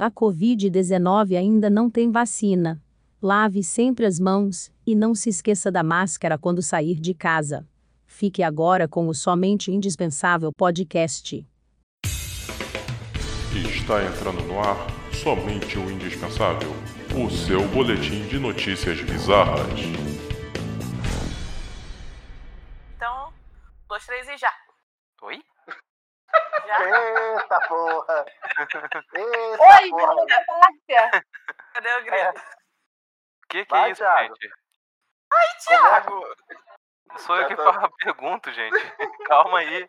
A Covid-19 ainda não tem vacina. Lave sempre as mãos e não se esqueça da máscara quando sair de casa. Fique agora com o Somente Indispensável Podcast. Está entrando no ar somente o indispensável o seu boletim de notícias bizarras. Então, um, dois, três e já. Oi? Já? Eita porra! Eita Oi, meu porra! nome é Márcia. Cadê o É. grito? Que que Vai, é isso, Thiago. gente? Thiago! Sou eu que Tá, tá. faço a pergunta, gente. Calma aí.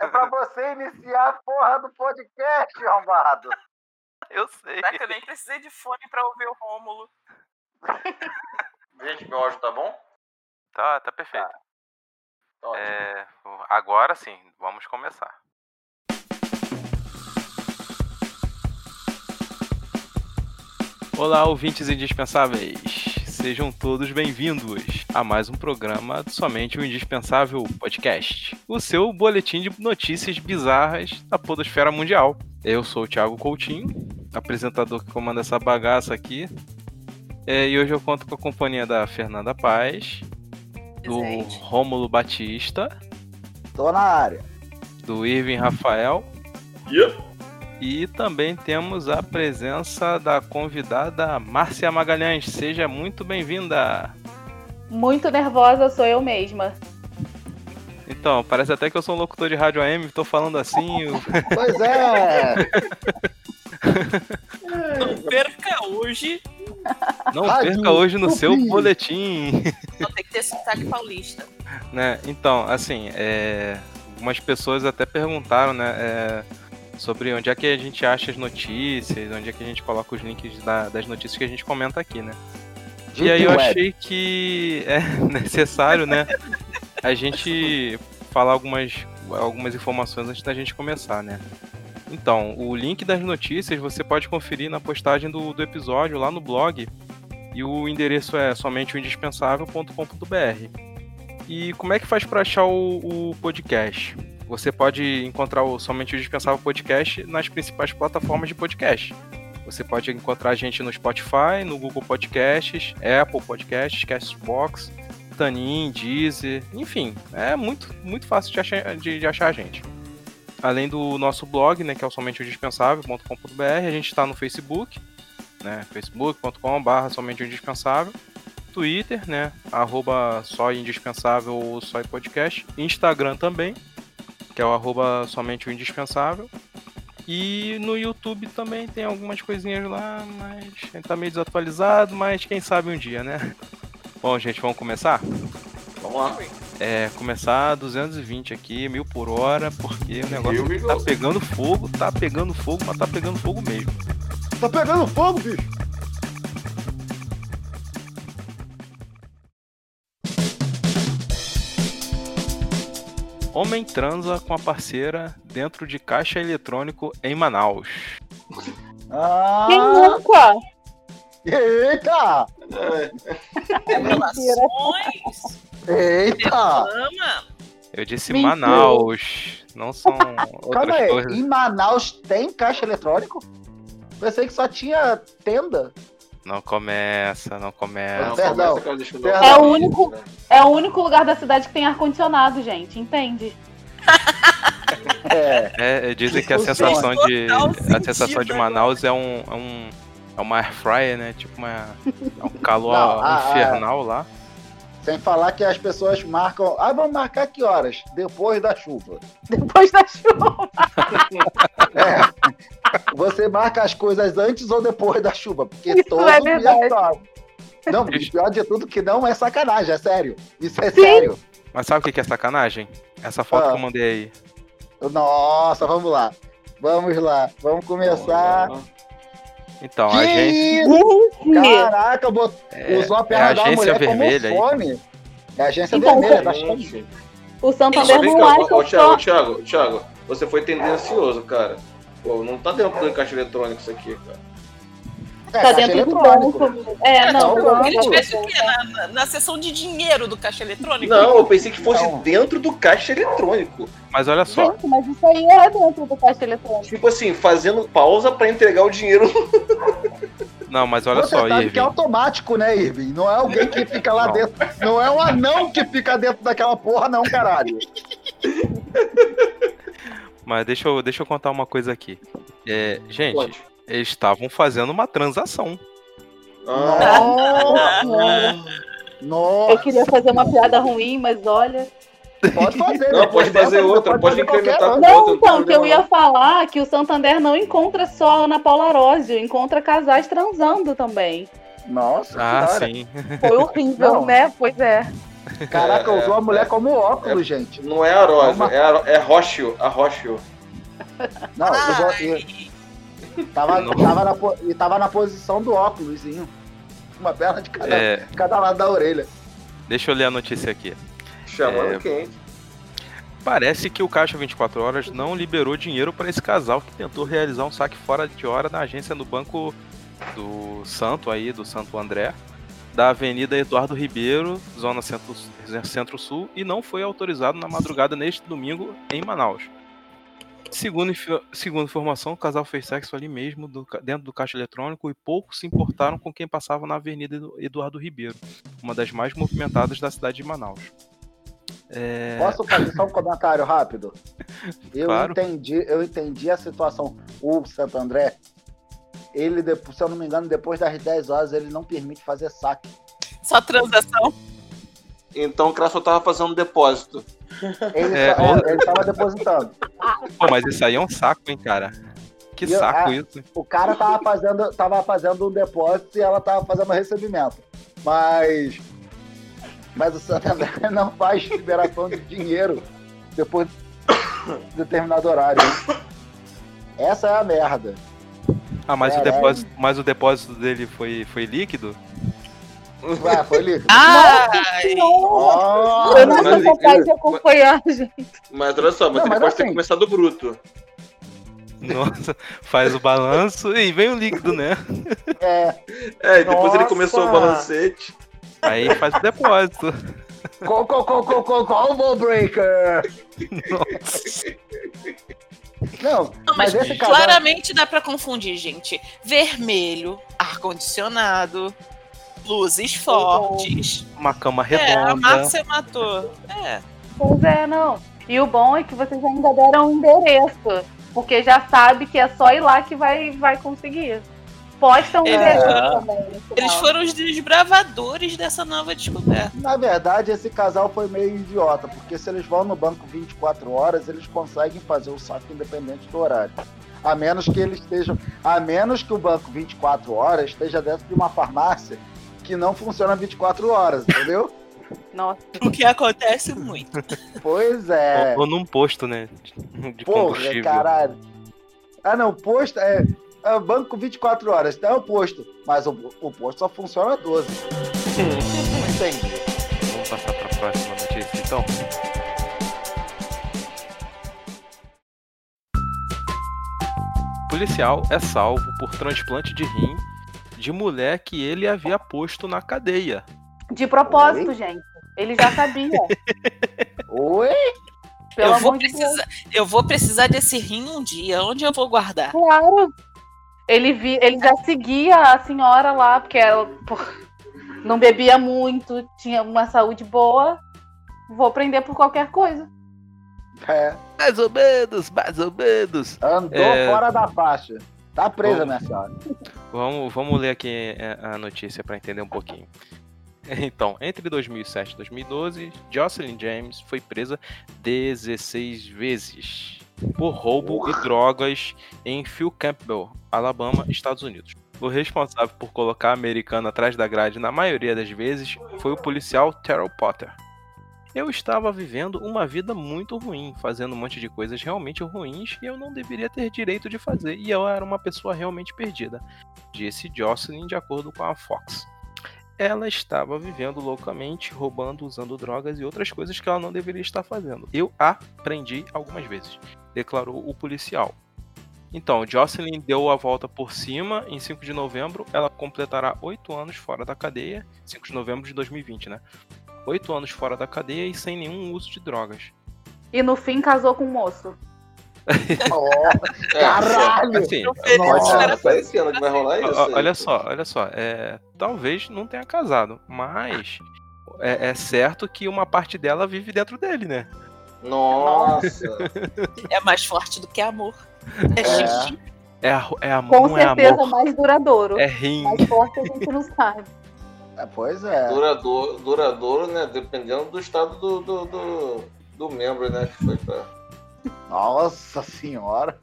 É pra você iniciar a porra do podcast, arrombado! Eu sei. Tá Será que eu nem precisei de fone pra ouvir o Rômulo? Gente, meu áudio tá bom? Tá, tá perfeito. É, agora sim, vamos começar. Olá, ouvintes indispensáveis. Sejam todos bem-vindos a mais um programa do Somente o Indispensável Podcast, o seu boletim de notícias bizarras da podosfera mundial. Eu sou o Thiago Coutinho, apresentador que comanda essa bagaça aqui. É, e hoje eu conto com a companhia da Fernanda Paz, do Presente. Rômulo Batista, Tô na área. do Irving Rafael. Yep. E também temos a presença da convidada Márcia Magalhães. Seja muito bem-vinda. Muito nervosa sou eu mesma. Então, parece até que eu sou um locutor de rádio AM, tô falando assim. eu- Pois é! Não perca hoje. Não Rádio perca hoje no seu Tupi. boletim. Não tem que ter sotaque paulista. né? Então, assim, é, algumas pessoas até perguntaram, né, é, sobre onde é que a gente acha as notícias, onde é que a gente coloca os links da- das notícias que a gente comenta aqui, né? E aí eu achei que é necessário, né, a gente falar algumas, algumas informações antes da gente começar, né? Então, o link das notícias você pode conferir na postagem do, do episódio lá no blog. E o endereço é somente E como é que faz para achar o, o podcast? Você pode encontrar o Somente o Indispensável Podcast nas principais plataformas de podcast. Você pode encontrar a gente no Spotify, no Google Podcasts, Apple Podcasts, Castbox, Tanin, Deezer, enfim, é muito, muito fácil de achar, de- de achar a gente. Além do nosso blog, né, que é o somente o indispensável.com.br, a gente está no Facebook, né, facebook.com.br somente o indispensável, Twitter, né, arroba só indispensável ou só podcast, Instagram também, que é o arroba somente o indispensável, e no YouTube também tem algumas coisinhas lá, mas ele tá meio desatualizado, mas quem sabe um dia, né? Bom, gente, vamos começar? Vamos lá. É, começar a 220 aqui, mil por hora, porque o negócio Here we tá go. pegando fogo, tá pegando fogo, mas tá pegando fogo mesmo. Tá pegando fogo, bicho! Homem transa com a parceira dentro de caixa eletrônico em Manaus. Ah, Quem nunca? eita! É Relações, Eita! ama. Eu disse Mentira. Manaus, não são Calma outras aí, coisas. em Manaus tem caixa eletrônico? Pensei que só tinha tenda. Não começa, não começa. Perdão, É o único- É o único lugar da cidade que tem ar-condicionado, gente. Entende? um- É, É, é, dizem que a Isso sensação faz de total a sensação sentido de Manaus é um, é um é uma air fryer, né? Tipo uma é um calor Não, a- a- infernal lá. sem falar que as pessoas marcam. Ah, vamos marcar que horas? Depois da chuva. Depois tá da chuva. É. Você marca as coisas antes ou depois da chuva, porque Isso todo é dia verdade. chove. Não, e pior de tudo que não é sacanagem, é sério. Isso é sério. Mas sabe o que que é sacanagem? Essa foto Ah. que eu mandei aí. Nossa, vamos lá. Vamos lá, vamos começar. Então, a gente Que isso? Gente, Caraca, bot... é, usou a é perna a da agência mulher vermelha aí. como fome. É a agência Então, vermelha, como- tá achando? o Santander Sabe que, é não ô, ô, acha só. Thiago, Thiago, Thiago, você foi tendencioso, cara. Pô, não tá dentro do caixa eletrônico isso aqui, cara. É, tá caixa dentro do eletrônico. banco. É, Não, não. do banco. Ele tivesse o quê? Na, na- na seção de dinheiro do caixa eletrônico? Não, eu pensei que fosse Então. dentro do caixa eletrônico. Mas olha só, Gente, mas isso aí é dentro do caixa eletrônico. Tipo assim, fazendo pausa pra entregar o dinheiro. não, mas olha Você só, sabe que é Irving. automático, né, Irving? Não é alguém que fica lá Não. dentro. Não é um anão que fica dentro daquela porra, não, caralho. Mas deixa eu, deixa eu contar uma coisa aqui. É, gente, Pode. eles estavam fazendo uma transação. Ah, Nossa, Eu queria fazer uma piada ruim, mas olha. pode fazer. Não, depois pode dessa, fazer você outra, pode fazer qualquer incrementar. outra. Bota Não, no então, que eu programa. ia falar que o Santander não encontra só a Ana Paula Arósio, encontra casais transando também. Nossa, Ah, cara. sim. Foi horrível, Não. né? Pois é. Caraca, É, usou a mulher como óculos, gente. não é a Rosa, Calma. é, a, é Rochio, a Rochio. Não, usou, e- tava, Não. tava na, po- e tava na posição do óculoszinho. Uma perna de cada, É, de cada lado da orelha. deixa eu ler a notícia aqui. Chamando É. quem? Parece que o Caixa 24 Horas não liberou dinheiro para esse casal que tentou realizar um saque fora de hora na agência no Banco do Santo aí, do Santo André, da Avenida Eduardo Ribeiro, Zona Centro- Centro-Sul, e não foi autorizado na madrugada neste domingo em Manaus. Segundo, infi- segundo informação, o casal fez sexo ali mesmo, do ca- dentro do caixa eletrônico, e poucos se importaram com quem passava na Avenida Edu- Eduardo Ribeiro, uma das mais movimentadas da cidade de Manaus. É... Posso fazer só um comentário rápido? Eu Claro. entendi, eu entendi a situação. O Santo André, ele, depo- se eu não me engano, depois das 10 horas ele não permite fazer saque. Só transação. Então o cara só tava fazendo depósito. Ele, É, só- ou- ele tava depositando. Pô, mas isso aí é um saco, hein, cara? Que E eu- saco ah. isso. O cara tava fazendo, tava fazendo um depósito e ela tava fazendo um recebimento. Mas. Mas o Santo André não faz liberação de dinheiro depois de determinado horário. né? Essa é a merda. Ah, mas o Caralho. depósito, mas o depósito dele foi, foi líquido? Ué, foi líquido. Ah! Oh, eu não mas- sou capaz de acompanhar, gente. Mas olha só, mas Não, ele mas pode ter assim- começado bruto. Nossa, faz o balanço e vem o líquido, né? é, É, e depois ele Nossa. começou o balancete. Aí faz o depósito. Co- co- co- co- co- Combo Breaker! Não, Não, mas mas esse casal. Claramente dá pra confundir, gente. Vermelho, ar-condicionado, luzes fortes. Uma cama É, a redonda. Márcia matou. É. Pois é, não. E o bom é que vocês ainda deram o endereço, porque já sabe que é só ir lá que vai, vai conseguir. Postam um Eles- endereço também. no final. Eles foram os desbravadores dessa nova descoberta. Na verdade, esse casal foi meio idiota, porque se eles vão no banco 24 horas, eles conseguem fazer o saque independente do horário. A menos que eles estejam. A menos que o banco 24 horas esteja dentro de uma farmácia que não funciona 24 horas, entendeu? Nossa, O que acontece muito. pois é. Ou, ou num posto, né? De Porra, combustível. caralho. Ah, não, posto é, é banco 24 horas, tá? É o posto. Mas o, o posto só funciona 12. Não entendi. Vamos passar pra próxima notícia, então. Policial é salvo por transplante de rim de mulher que ele havia posto na cadeia. de propósito, gente. Ele já sabia. Oi? Pelo eu, vou amor de Deus. precisar, eu vou precisar desse rim um dia. Onde eu vou guardar? Claro. Ele, vi, ele já seguia a senhora lá, porque ela pô, não bebia muito, tinha uma saúde boa. Vou prender por qualquer coisa. É, Mais ou menos, mais ou menos. andou É. fora da faixa. Tá presa, Vamos. minha senhora. Vamos, vamos ler aqui é, a notícia para entender um pouquinho. Então, entre 2007 e 2012, Jocelyn James foi presa 16 vezes por roubo e drogas em Phil Campbell, Alabama, Estados Unidos. O responsável por colocar a americana atrás da grade na maioria das vezes foi o policial Terrell Potter. Eu estava vivendo uma vida muito ruim, fazendo um monte de coisas realmente ruins que eu não deveria ter direito de fazer, e eu era uma pessoa realmente perdida disse Jocelyn de acordo com a Fox. Ela estava vivendo loucamente, roubando, usando drogas e outras coisas que ela não deveria estar fazendo. Eu a prendi algumas vezes, declarou o policial. Então, Jocelyn deu a volta por cima. Em 5 de novembro, ela completará 8 anos fora da cadeia. 5 de novembro de 2020, né? 8 anos fora da cadeia e sem nenhum uso de drogas. E no fim casou com um moço. Ó, É, caralho! Assim, Nossa. Nossa, tá esse ano que vai É rolar Ó, isso? ó, Olha só, olha só. é, talvez não tenha casado, mas é, é certo que uma parte dela vive dentro dele, né? Nossa. É mais forte do que amor. É, É. xixi. É, arro- é amor, Com não é certeza amor. mais duradouro. É rim. Mais forte a gente não sabe. É, pois é. Duradouro, duradouro, né? Dependendo do estado do, do, do, do membro, né? Que foi pra... Nossa senhora.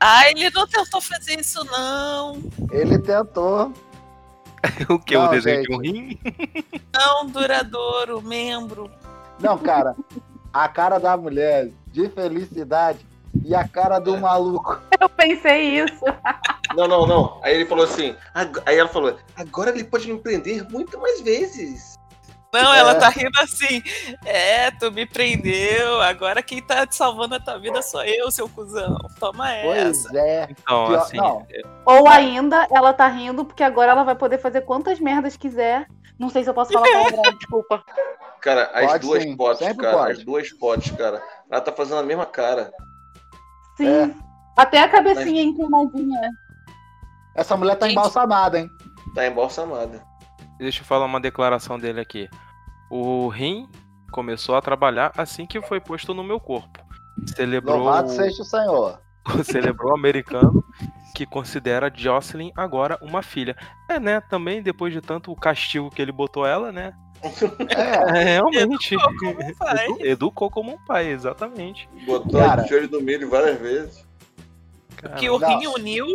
Ah, ele não tentou fazer isso, não. Ele tentou. O que? O Não, desenho gente. de um rim? Não, duradouro, membro. Não, cara, a cara da mulher de felicidade e a cara do maluco. Eu pensei isso. Não, não, não. Aí ele falou assim. ag- Aí ela falou: agora ele pode me prender muito mais vezes. Não, É. ela tá rindo assim. É, tu me prendeu. Agora quem tá te salvando a tua vida sou eu, seu cuzão. Toma essa. Pois é. Então, Pior- assim. não. é- Ou ainda, ela tá rindo porque agora ela vai poder fazer quantas merdas quiser. Não sei se eu posso falar palavrão, desculpa. Cara, as Pode duas sim, potes, sempre cara. pode. As duas potes, cara. Ela tá fazendo a mesma cara. Sim. É. Até a cabecinha inclinadinha. Essa mulher tá Gente. embalsamada, hein? Tá embalsamada. Deixa eu falar uma declaração dele aqui. O rim começou a trabalhar assim que foi posto no meu corpo. Celebrou, Louvado seja o Senhor. celebrou o americano que considera Jocelyn agora uma filha. É, né? Também depois de tanto castigo que ele botou ela, né? É, É, realmente. Educou como um pai. Edu- educou como um pai, exatamente. Botou Cara. o joelho no milho várias vezes. Que o Não. rim uniu,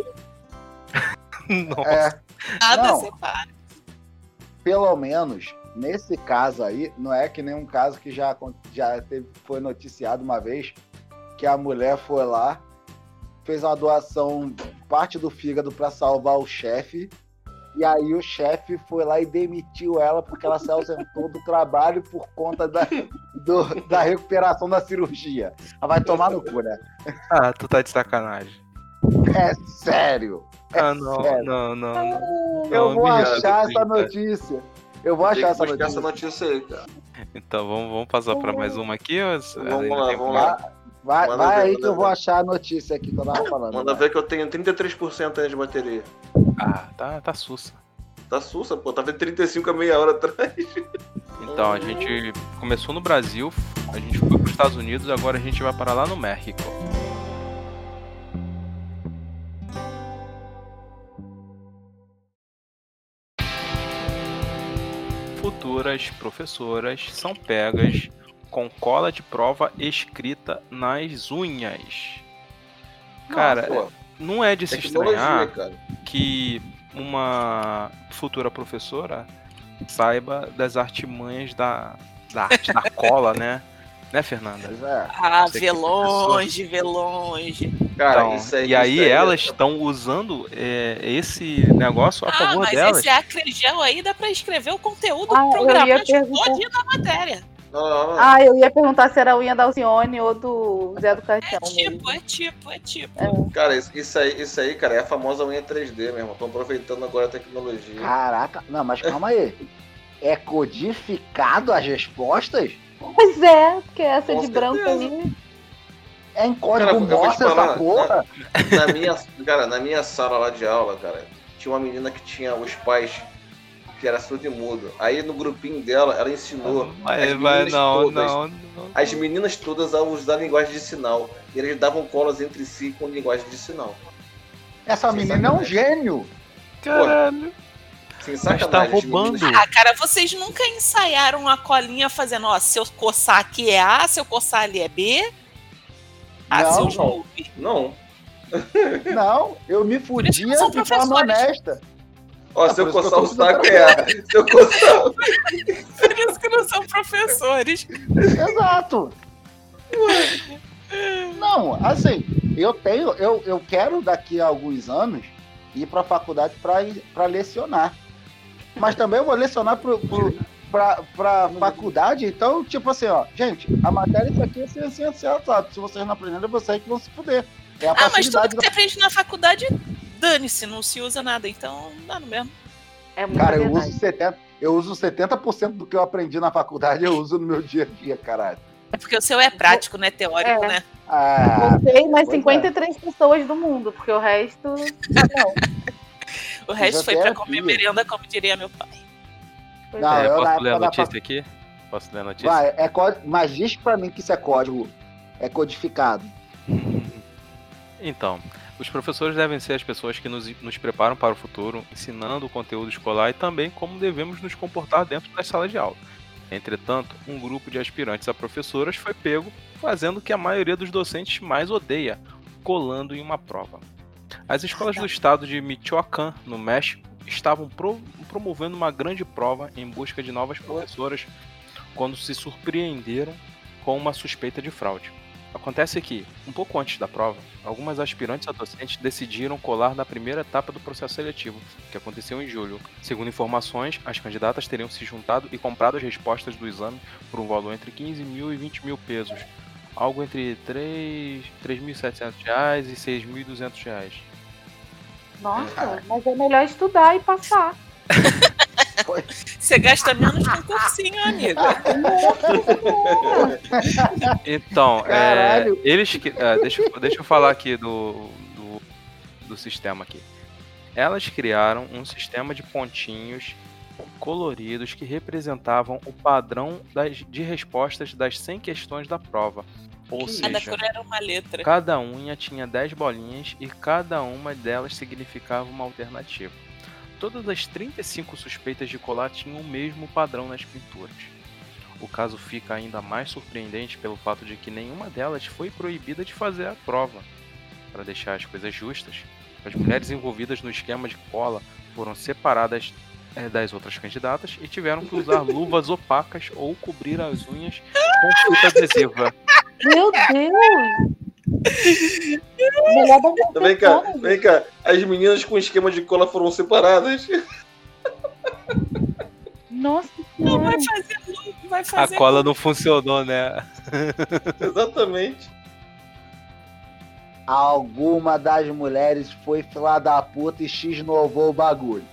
Nossa. é. nada Não. separa. Pelo menos nesse caso aí, não é que nem um caso que já, acon- já teve, foi noticiado uma vez que a mulher foi lá, fez uma doação parte do fígado pra salvar o chefe. E aí o chefe foi lá e demitiu ela porque ela se ausentou do trabalho por conta da, do- da recuperação da cirurgia. Ela vai tomar no cu, né? Ah, tu tá de sacanagem. É sério. É Ah, não, sério. não, não. não. Eu É Não, vou obrigado, achar essa obrigado. notícia. Eu vou assim, Tem que achar essa buscar essa notícia. notícia aí, cara. Então vamos, vamos passar pra mais uma aqui. ó. Ainda lá, tem vamos mais- lá. Vai, Manda vai ver, aí manda que eu vou ver. achar a notícia aqui que eu tava falando. Manda né? ver que eu tenho 33% aí de bateria. Ah, tá, tá sussa. Tá sussa, pô. Tava 35 a meia hora atrás. Então, a gente começou no Brasil, a gente foi para os Estados Unidos, agora a gente vai parar lá no México. Futuras professoras são pegas com cola de prova escrita nas unhas. Cara, Pô, não é de se estranhar tecnologia, cara. que uma futura professora saiba das artimanhas da, da arte da cola, né? Né, Fernanda? Pois é. Ah, Você que vê é professor. longe, vê longe. Cara, Então, isso aí, e aí isso aí é- elas estão usando é, esse negócio Tá a Ah, favor mas delas. esse acregel aí dá pra escrever o conteúdo Ah, eu ia programático perguntar. todinho da matéria. Não, não, não. Ah, eu ia perguntar se era a unha da Alcione ou do Zé do É Caixão. tipo, é tipo, é tipo. Cara, isso, isso aí, isso aí, cara, é a famosa unha 3D, meu irmão. Estão aproveitando agora a tecnologia. Caraca, não, mas calma aí. É codificado as respostas? Pois é, porque essa Com de branco certeza. aí. É em Cara, eu código vou te Morse falar, né? essa porra? na minha, cara, na minha sala lá de aula, cara, tinha uma menina que tinha os pais que era surdo e mudo. Aí no grupinho dela, ela Ah, ensinou é, Vai, as vai, meninas não, todas. não, não. as meninas todas a usar linguagem de sinal. E eles davam colas entre si com linguagem de sinal. Essa Sem menina é um sacanagem. gênio. Caralho, Sem mas tá sacanagem. as roubando. meninas- Ah, cara, vocês nunca ensaiaram a colinha fazendo, ó, se eu coçar aqui é A, se eu coçar ali é B? Ah, Não, seus não. golpes. Não. Não, eu me isso que fudia são de forma professores. honesta. Ó, Ah, se eu por isso que eu tô coçar o usando saco é A. Se eu coçar o. Por isso que não são professores. Exato. Não, assim, eu tenho, eu, eu quero daqui a alguns anos ir para a faculdade para lecionar. Mas também eu vou lecionar para a faculdade, então, tipo assim, ó, gente, a matéria isso aqui é assim, assim, assim, assado. Se vocês não aprenderem, é vocês que vão se fuder. É a Ah, mas tudo facilidade que da- você aprende na faculdade, dane-se, não se usa nada, então dá no mesmo. É muito Cara, eu verdade. uso 70%. Eu uso 70% do que eu aprendi na faculdade, eu uso no meu dia a dia, caralho. É porque o seu é prático, né? Teórico, É. né? Ah, Não sei, mas pois é. 53 pessoas do mundo, porque o resto. Não. O resto foi terapia. pra comer merenda, como diria meu pai. Pois Não, é. É, eu na posso época tá ler a da notícia fac- aqui? Posso ler a notícia? vai, é código, mas diz pra mim que isso é código. É codificado. Então, os professores devem ser as pessoas que nos, nos preparam para o futuro, ensinando o conteúdo escolar e também como devemos nos comportar dentro da sala de aula. Entretanto, um grupo de aspirantes a professoras foi pego, fazendo o que a maioria dos docentes mais odeia, colando em uma prova. As escolas do estado de Michoacán, no México, estavam pro- promovendo uma grande prova em busca de novas professoras quando se surpreenderam com uma suspeita de fraude. Acontece que, um pouco antes da prova, algumas aspirantes a docentes decidiram colar na primeira etapa do processo seletivo, que aconteceu em julho. Segundo informações, as candidatas teriam se juntado e comprado as respostas do exame por um valor entre 15 mil e 20 mil pesos, algo entre 3 3.700 reais e 6.200 reais. Nossa, mas é melhor estudar e passar. Você gasta menos com um cursinho, amiga. Então, é, Caralho. eles que- é, deixa, eu- deixa eu falar aqui do, do, do sistema aqui. Elas criaram um sistema de pontinhos coloridos que representavam o padrão das, de respostas das 100 questões da prova. Ou Cada seja, cor era uma letra. Cada unha tinha 10 bolinhas e cada uma delas significava uma alternativa. Todas as 35 suspeitas de colar tinham o mesmo padrão nas pinturas. O caso fica ainda mais surpreendente pelo fato de que nenhuma delas foi proibida de fazer a prova. Para deixar as coisas justas, as mulheres envolvidas no esquema de cola foram separadas eh, das outras candidatas e tiveram que usar luvas opacas ou cobrir as unhas com fita adesiva. Meu Deus! Melhor dar uma Vem cá, pensada, vem cá. As meninas com esquema de cola foram separadas. gente. Nossa Não senhora. vai fazer, não vai A fazer. cola não funcionou, né? Exatamente. Alguma das mulheres foi filha da puta e X novou o bagulho.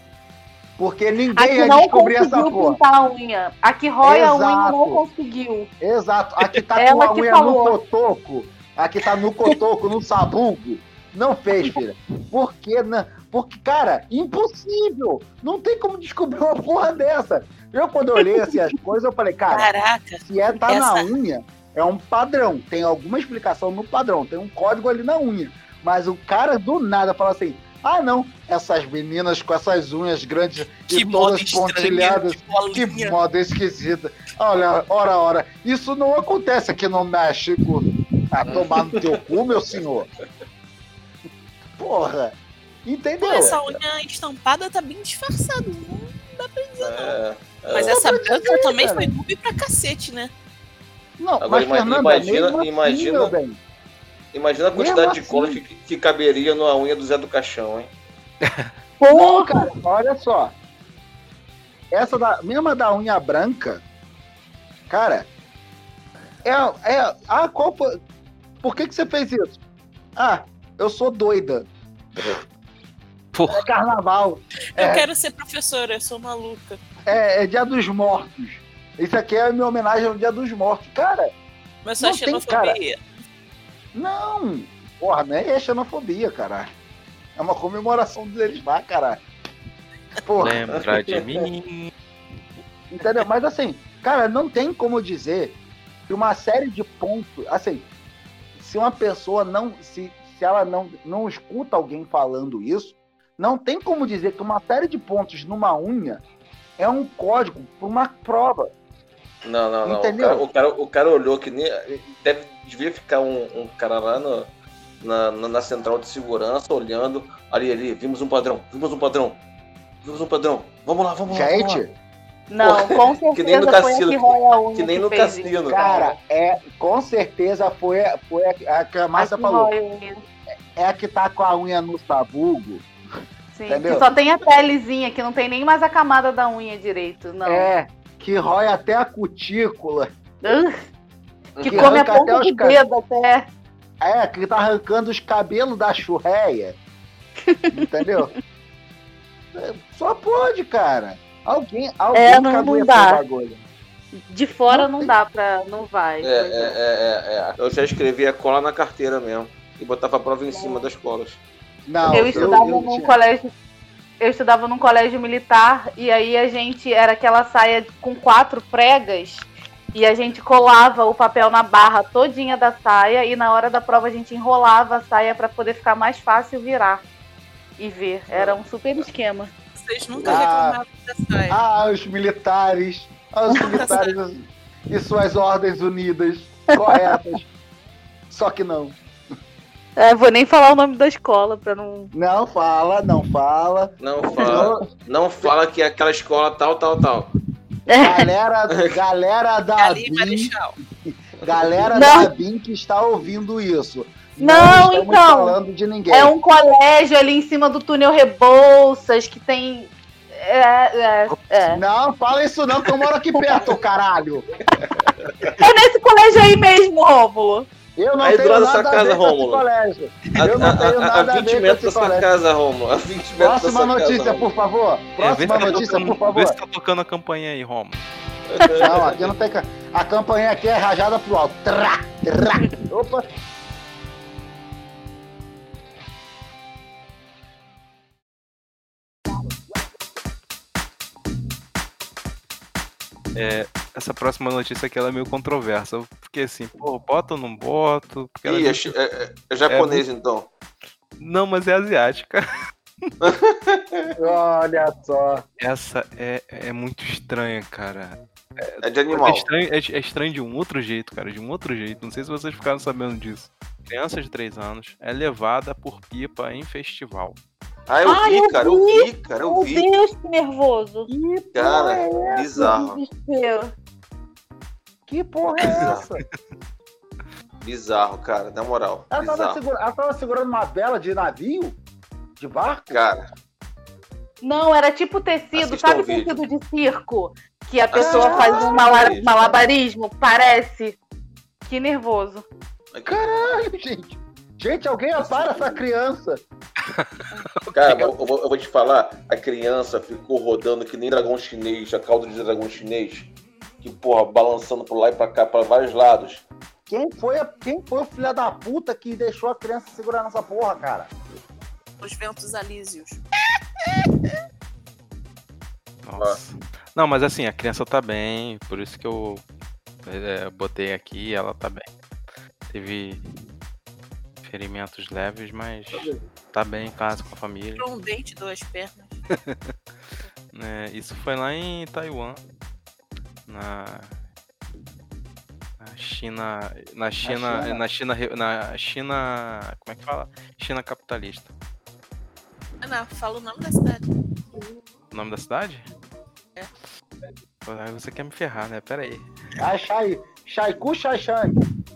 Porque A ninguém que ia não descobrir conseguiu essa porra. pintar a unha. A que rói a unha Exato. não conseguiu. Exato. Aqui tá com Ela a que unha falou. no cotoco. Aqui tá no cotoco, no sabugo. Não fez, filha. Por que não? Porque, cara, impossível. Não tem como descobrir uma porra dessa. Eu, quando eu olhei assim, as coisas, eu falei, cara, Caraca, se é tá na Essa- unha, é um padrão. Tem alguma explicação no padrão, tem um código ali na unha. Mas o cara do nada fala assim: ah, não, essas meninas com essas unhas grandes que e moda todas estranha, pontilhadas. que bolinha. Que moda esquisita. Olha, ora, ora, isso não acontece aqui no México. Ah, tomar no teu cu, meu senhor. Porra, entendeu? Pô, essa unha estampada tá bem disfarçada. né? É. Mas É. essa pra dizer, branca também cara. foi noob pra cacete, né? Não, Agora mas ima- Fernanda, imagina- mesmo assim, imagina- meu bem. Imagina a quantidade Mesmo de cola assim. que, que caberia na unha do Zé do Caixão, hein? Pô, cara, olha só. Essa da, mesma da unha branca, cara, é, é. Ah, qual foi. Por que, que você fez isso? Ah, eu sou doida. Porra. É carnaval. Eu É. quero ser professora, eu sou maluca. É, é Dia dos Mortos. Isso aqui é minha homenagem ao Dia dos Mortos. Cara, Mas só Não tem, xenofobia. não. Porra, nem é xenofobia, caralho. É uma comemoração deles lá, caralho. Porra. Lembra de mim? Entendeu? Mas assim, cara, não tem como dizer que uma série de pontos. Assim, se uma pessoa não. Se, se ela não, não escuta alguém falando isso, não tem como dizer que uma série de pontos numa unha é um código para uma prova. Não, não, não. O Entendeu? cara, o, cara, o cara olhou que nem. Deve, devia ficar um, um cara lá no- na, na, na central de segurança olhando. Ali, ali, vimos um padrão, vimos um padrão, vimos um padrão. Vamos lá, vamos lá. vamos lá. Gente, Não, com certeza que nem no foi a cassino, que rói a unha. Que nem no fez isso. cassino. cara, é, com certeza foi, foi a, a que a Márcia A que falou. rói a unha. É a que tá com a unha no sabugo. Sim, Entendeu? que só tem a pelezinha, que não tem nem mais a camada da unha direito, não. É, que rói até a cutícula. Ugh, que que come a Uhum. É, arranca até ponta os do ca- dedo até. É, que tá arrancando os cabelos da churreia. Entendeu? É, Só pode, cara. Alguém, alguém É, não- não esse dá. bagulho. De fora não dá pra. Não vai. É, é, é, é, é. Eu já escrevia cola na carteira mesmo. E botava a prova em cima das colas. Não, Eu estudava eu num tinha- colégio. Eu estudava num colégio militar e aí a gente era aquela saia com quatro pregas e a gente colava o papel na barra todinha da saia e na hora da prova a gente enrolava a saia pra poder ficar mais fácil virar e ver. Era um super esquema. Vocês nunca Ah. reclamavam da saia. Ah, os militares. Ah, os militares e suas ordens unidas, corretas. Só que não. É, vou nem falar o nome da escola pra não. Não fala, não fala. Não fala, não fala que é aquela escola tal, tal, tal. Galera, galera da É Ali, BIM, Marechal. galera Não. da BIM que está ouvindo isso. Não, estamos então. falando de ninguém. É um colégio ali em cima do túnel Rebouças que tem. É, é, é. Não, fala isso não, que eu moro aqui perto, caralho. é nesse colégio aí mesmo, Rômulo. Eu não Aí do tenho lado nada da sua a casa, ver com esse Rômulo. colégio. A, Eu não tenho a- a- a nada a 20 ver com metros da esse sua colégio. casa, é Romulo. A 20 metros da Próxima sua notícia, casa. Romulo. por favor. É, vê se Próxima tá notícia, tocando- por favor. Vê se tá tocando a campanha aí, Romo. Não, aqui não tem. ca- A campainha aqui é rajada pro alto. Trá, trá. Opa. Essa próxima notícia aqui ela é meio controversa. Porque assim, pô, boto ou não boto? Porque ela é Ih, meio- é, chi- é- é- é japonês, então. Não, mas é asiática. Olha só. Essa é, é muito estranha, cara. É de É animal. estranho, é- é estranho de um outro jeito, cara. De um outro jeito. Não sei se vocês ficaram sabendo disso. Criança de 3 anos é levada por pipa em festival. Ah, eu Ah, vi, eu cara, vi. eu vi, cara, eu Meu vi. Um Deus, que nervoso. Cara, bizarro, Que desespero. Que porra é essa? bizarro, cara, na moral. Ela tava, Bizarro. segura- ela tava segurando uma vela de navio? De barco? Cara, Não, era tipo tecido, Assista sabe ao vídeo. tecido de circo? Que a pessoa ao faz um mala- vídeo. malabarismo, parece. Que nervoso. Caralho, gente. Gente, alguém apara essa criança. cara eu, eu vou, eu vou te falar, a criança ficou rodando que nem dragão chinês, a cauda de dragão chinês, que, porra, balançando pro lá e pra cá, pra vários lados. Quem foi, a- quem foi o filho da puta que deixou a criança segurar nessa porra, cara? Os ventos alísios. Nossa. Não, mas assim, a criança tá bem, por isso que eu é, botei aqui, ela tá bem. Teve ferimentos leves, mas tá bem em casa com a família. Um dente, duas pernas. né? Isso foi lá em Taiwan. Na. na China, na China, China. na China, re- na China, como é que fala? China capitalista. Ah, não, fala o nome da cidade. O nome da cidade? É. Ah, Você quer me ferrar, né? Pera aí. Ai, Shai, Shaiku Shaishang.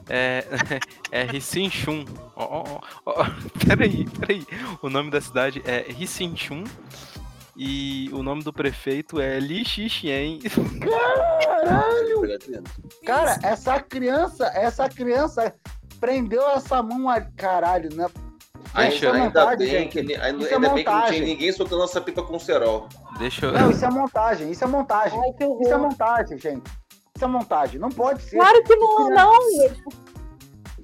É. É Rissinchun. Ó, ó, ó, ó. Peraí, peraí. O nome da cidade é Rissinchun. E o nome do prefeito é Li Xixian. Caralho! Cara, Cara, essa criança, essa criança prendeu essa mão ali. Caralho, né? Isso é ainda montagem, tá bem gente. que, ele- ainda, Isso é ainda bem que não montagem. tinha ninguém soltando essa pipa com cerol. Deixa eu. Não, isso é montagem, isso é montagem. Ai, Isso que é horror. montagem, gente. Isso é montagem. Não pode ser. Claro que é não, não.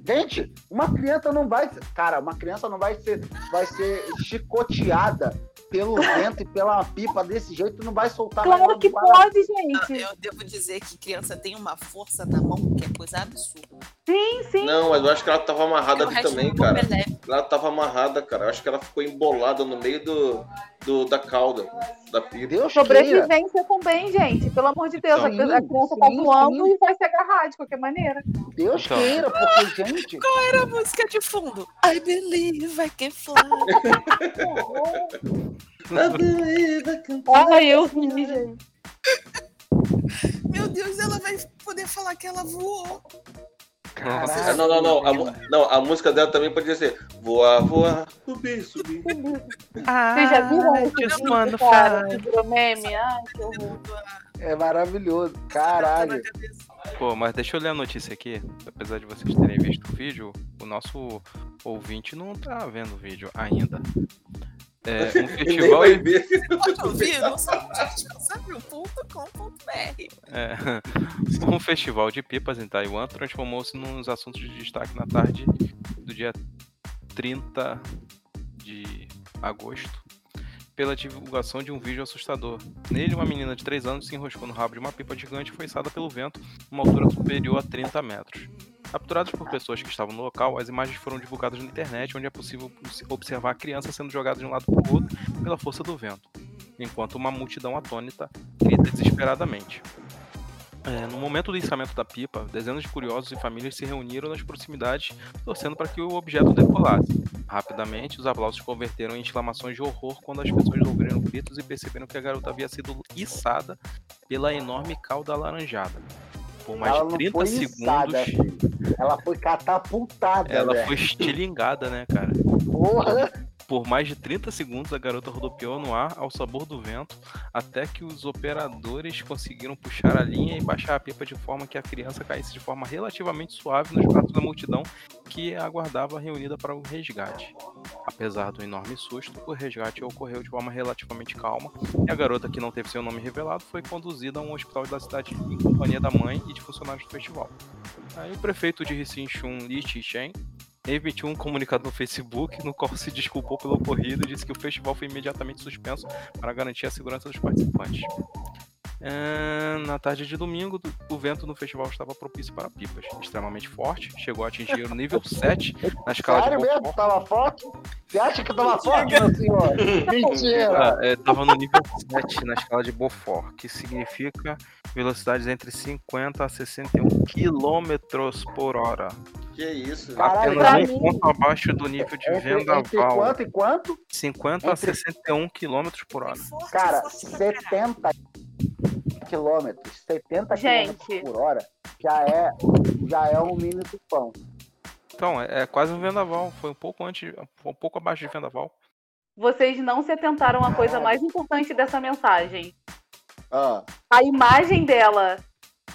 Gente, uma criança não vai. ser- Cara, uma criança não vai ser, vai ser chicoteada pelo vento e pela pipa desse jeito, não vai soltar na hora Claro do que barato. pode, Hum. Ah, gente. Eu devo dizer que criança tem uma força na mão que é coisa absurda. Sim, sim. Não, mas eu acho que ela tava amarrada o ali resto também, do corpo cara. é leve. Ela tava amarrada, cara. Eu acho que ela ficou embolada no meio do, do- da cauda, da pipa. Deus queira. Sobrevivência também, gente. Pelo amor de Deus, a- Sim, a criança tá sim, voando sim. e vai se agarrar de qualquer maneira. Deus Então. queira, porque, gente. Era a música de fundo. I believe I can fly. Que horror. Ai, eu ri, gente. Meu Deus, ela vai poder falar que ela voou. Ah, não, não, não. A, mu- não, a música dela também podia ser voar, voar, subir, subir. Vocês já viram esse just vídeo, wanna cara, fly. que virou meme? Ai, que horror. É maravilhoso. Tá Caralho. Pô, mas deixa eu ler a notícia aqui. Apesar de vocês terem visto o vídeo, o nosso ouvinte não tá vendo o vídeo ainda. É, um E nem vai festival. ver. Pode ouvir no site.com.br. É, um festival de pipas em Taiwan transformou-se nos assuntos de destaque na tarde do dia 30 de agosto pela divulgação de um vídeo assustador. Nele, uma menina de 3 anos se enroscou no rabo de uma pipa gigante e foi içada pelo vento uma altura superior a 30 metros. Capturadas por pessoas que estavam no local, as imagens foram divulgadas na internet, onde é possível observar a criança sendo jogada de um lado para o outro pela força do vento, enquanto uma multidão atônita grita desesperadamente. É, no momento do içamento da pipa, dezenas de curiosos e famílias se reuniram nas proximidades, torcendo para que o objeto decolasse. Rapidamente, os aplausos se converteram em exclamações de horror quando as pessoas ouviram gritos e perceberam que a garota havia sido içada pela enorme cauda alaranjada. Por mais Ela de não 30 foi içada, segundos, Ela foi catapultada, ela É, velho. foi estilingada, né, cara? Porra. Por mais de 30 segundos, a garota rodopiou no ar ao sabor do vento, até que os operadores conseguiram puxar a linha e baixar a pipa de forma que a criança caísse de forma relativamente suave nos braços da multidão que a aguardava reunida para o resgate. Apesar do enorme susto, o resgate ocorreu de forma relativamente calma e a garota, que não teve seu nome revelado, foi conduzida a um hospital da cidade em companhia da mãe e de funcionários do festival. Aí o prefeito de Hsinchu, Li Chen, emitiu um comunicado no Facebook no qual se desculpou pelo ocorrido e disse que o festival foi imediatamente suspenso para garantir a segurança dos participantes. Ahn, na tarde de domingo, do- o vento no festival estava propício para pipas, extremamente forte, chegou a atingir o nível 7 na escala Sério de mesmo? Tava forte? Você acha que tava forte, meu senhor? Mentira. Ah, é, tava no nível 7 na escala de Beaufort, que significa velocidades entre 50 a 61 km por hora. Que isso? Caralho, Apenas pra um mim- ponto abaixo do nível de Entre, entre vendaval. quanto e quanto? 50 a 61 km por hora. Cara, 70 quilômetros. 70 Gente. quilômetros por hora já é, já é um mini tufão. Então, é, é quase um vendaval. Foi um pouco antes, foi um pouco abaixo de vendaval. Vocês não se atentaram à coisa mais importante dessa mensagem. Ah, a imagem dela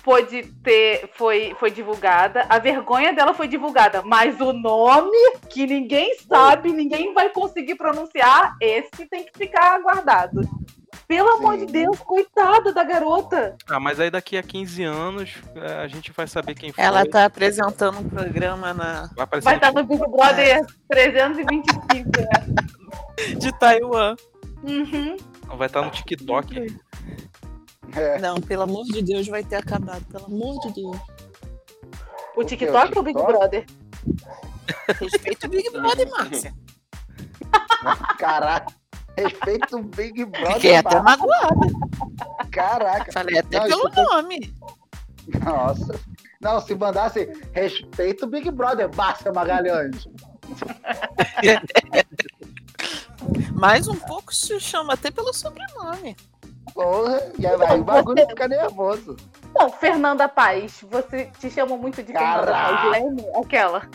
pôde ter foi, foi divulgada, a vergonha dela foi divulgada, mas o nome que ninguém sabe, ninguém vai conseguir pronunciar, esse tem que ficar guardado. Pelo amor Sim. de Deus, coitada da garota. Ah, mas aí daqui a 15 anos é, a gente vai saber quem foi. Ela tá apresentando um programa na, Vai aparecer Vai tá no estar no Big Brother 325, né? de Taiwan. Uhum. TikTok, vai estar no TikTok. é. Não, pelo amor de Deus, vai ter acabado. Pelo amor de Deus. O TikTok ou o Big TikTok? Brother? Respeita o Big Brother, Márcia. Caraca. Respeito o Big Brother. Fiquei até mas- magoada. Caraca. Falei até Não, pelo escutei- nome. Nossa. Não, se mandasse respeito o Big Brother, Márcia Magalhães. Mas um pouco se chama até pelo sobrenome. Porra, e aí, aí o bagulho fica nervoso. Não, Fernanda Paz. Você te chamou muito de Fernanda Caraca. Paz, Leme? Aquela.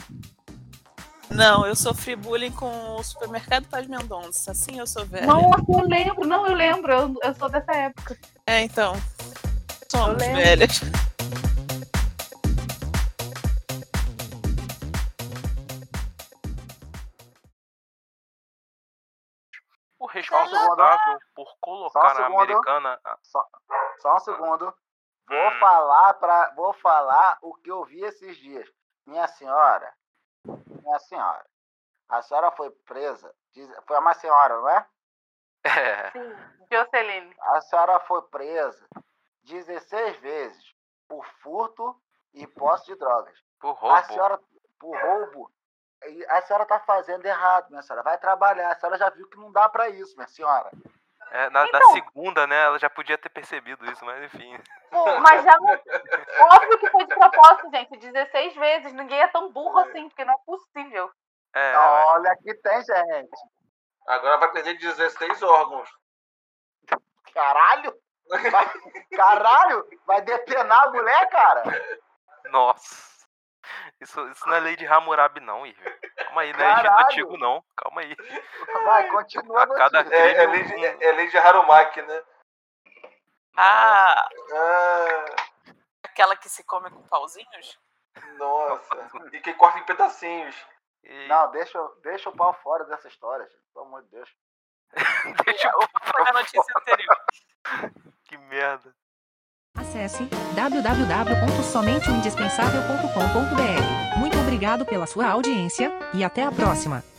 Não, eu sofri bullying com o supermercado Paz Mendonça. Assim eu sou É. velha. Nossa, eu lembro, não, eu lembro, eu, eu sou dessa época. É, então. Somos Eu lembro. velhas. O responsável por Só um colocar ah, a segundo. americana- Só um segundo. Vou Hum. falar para, vou falar o que eu vi esses dias. Minha senhora, minha senhora, a senhora foi presa. diz- Foi uma senhora, não é? hum, é, Sim, Jocelyn. A senhora foi presa 16 vezes por furto e posse de drogas. por A senhora por roubo. e A senhora tá fazendo errado, minha senhora. Vai trabalhar. A senhora já viu que não dá para isso, minha senhora. É, na, Então- segunda, né? Ela já podia ter percebido isso, mas enfim. Pô, mas já não. Óbvio que foi de propósito, gente. 16 vezes. Ninguém é tão burro assim, porque não é possível. É, Olha que tem gente. Agora vai perder 16 órgãos. Caralho! Vai- caralho! Vai depenar a mulher, cara? Nossa. Isso, isso não é lei de Hammurabi, não, Irving. Calma aí, não é Egito Caralho. Antigo, não. Calma aí. Vai, continua A cada um notícia. vez- É, é, lei de, é lei de Harumaki, né? Ah, Ah, aquela que se come com pauzinhos? um. nossa. E que corta em pedacinhos. E Não, deixa, deixa o pau fora dessa história, gente. Pelo amor de Deus. deixa eu... Foi na notícia anterior. Que merda. Acesse www.somenteoindispensável.com.br. Muito obrigado pela sua audiência e até a próxima.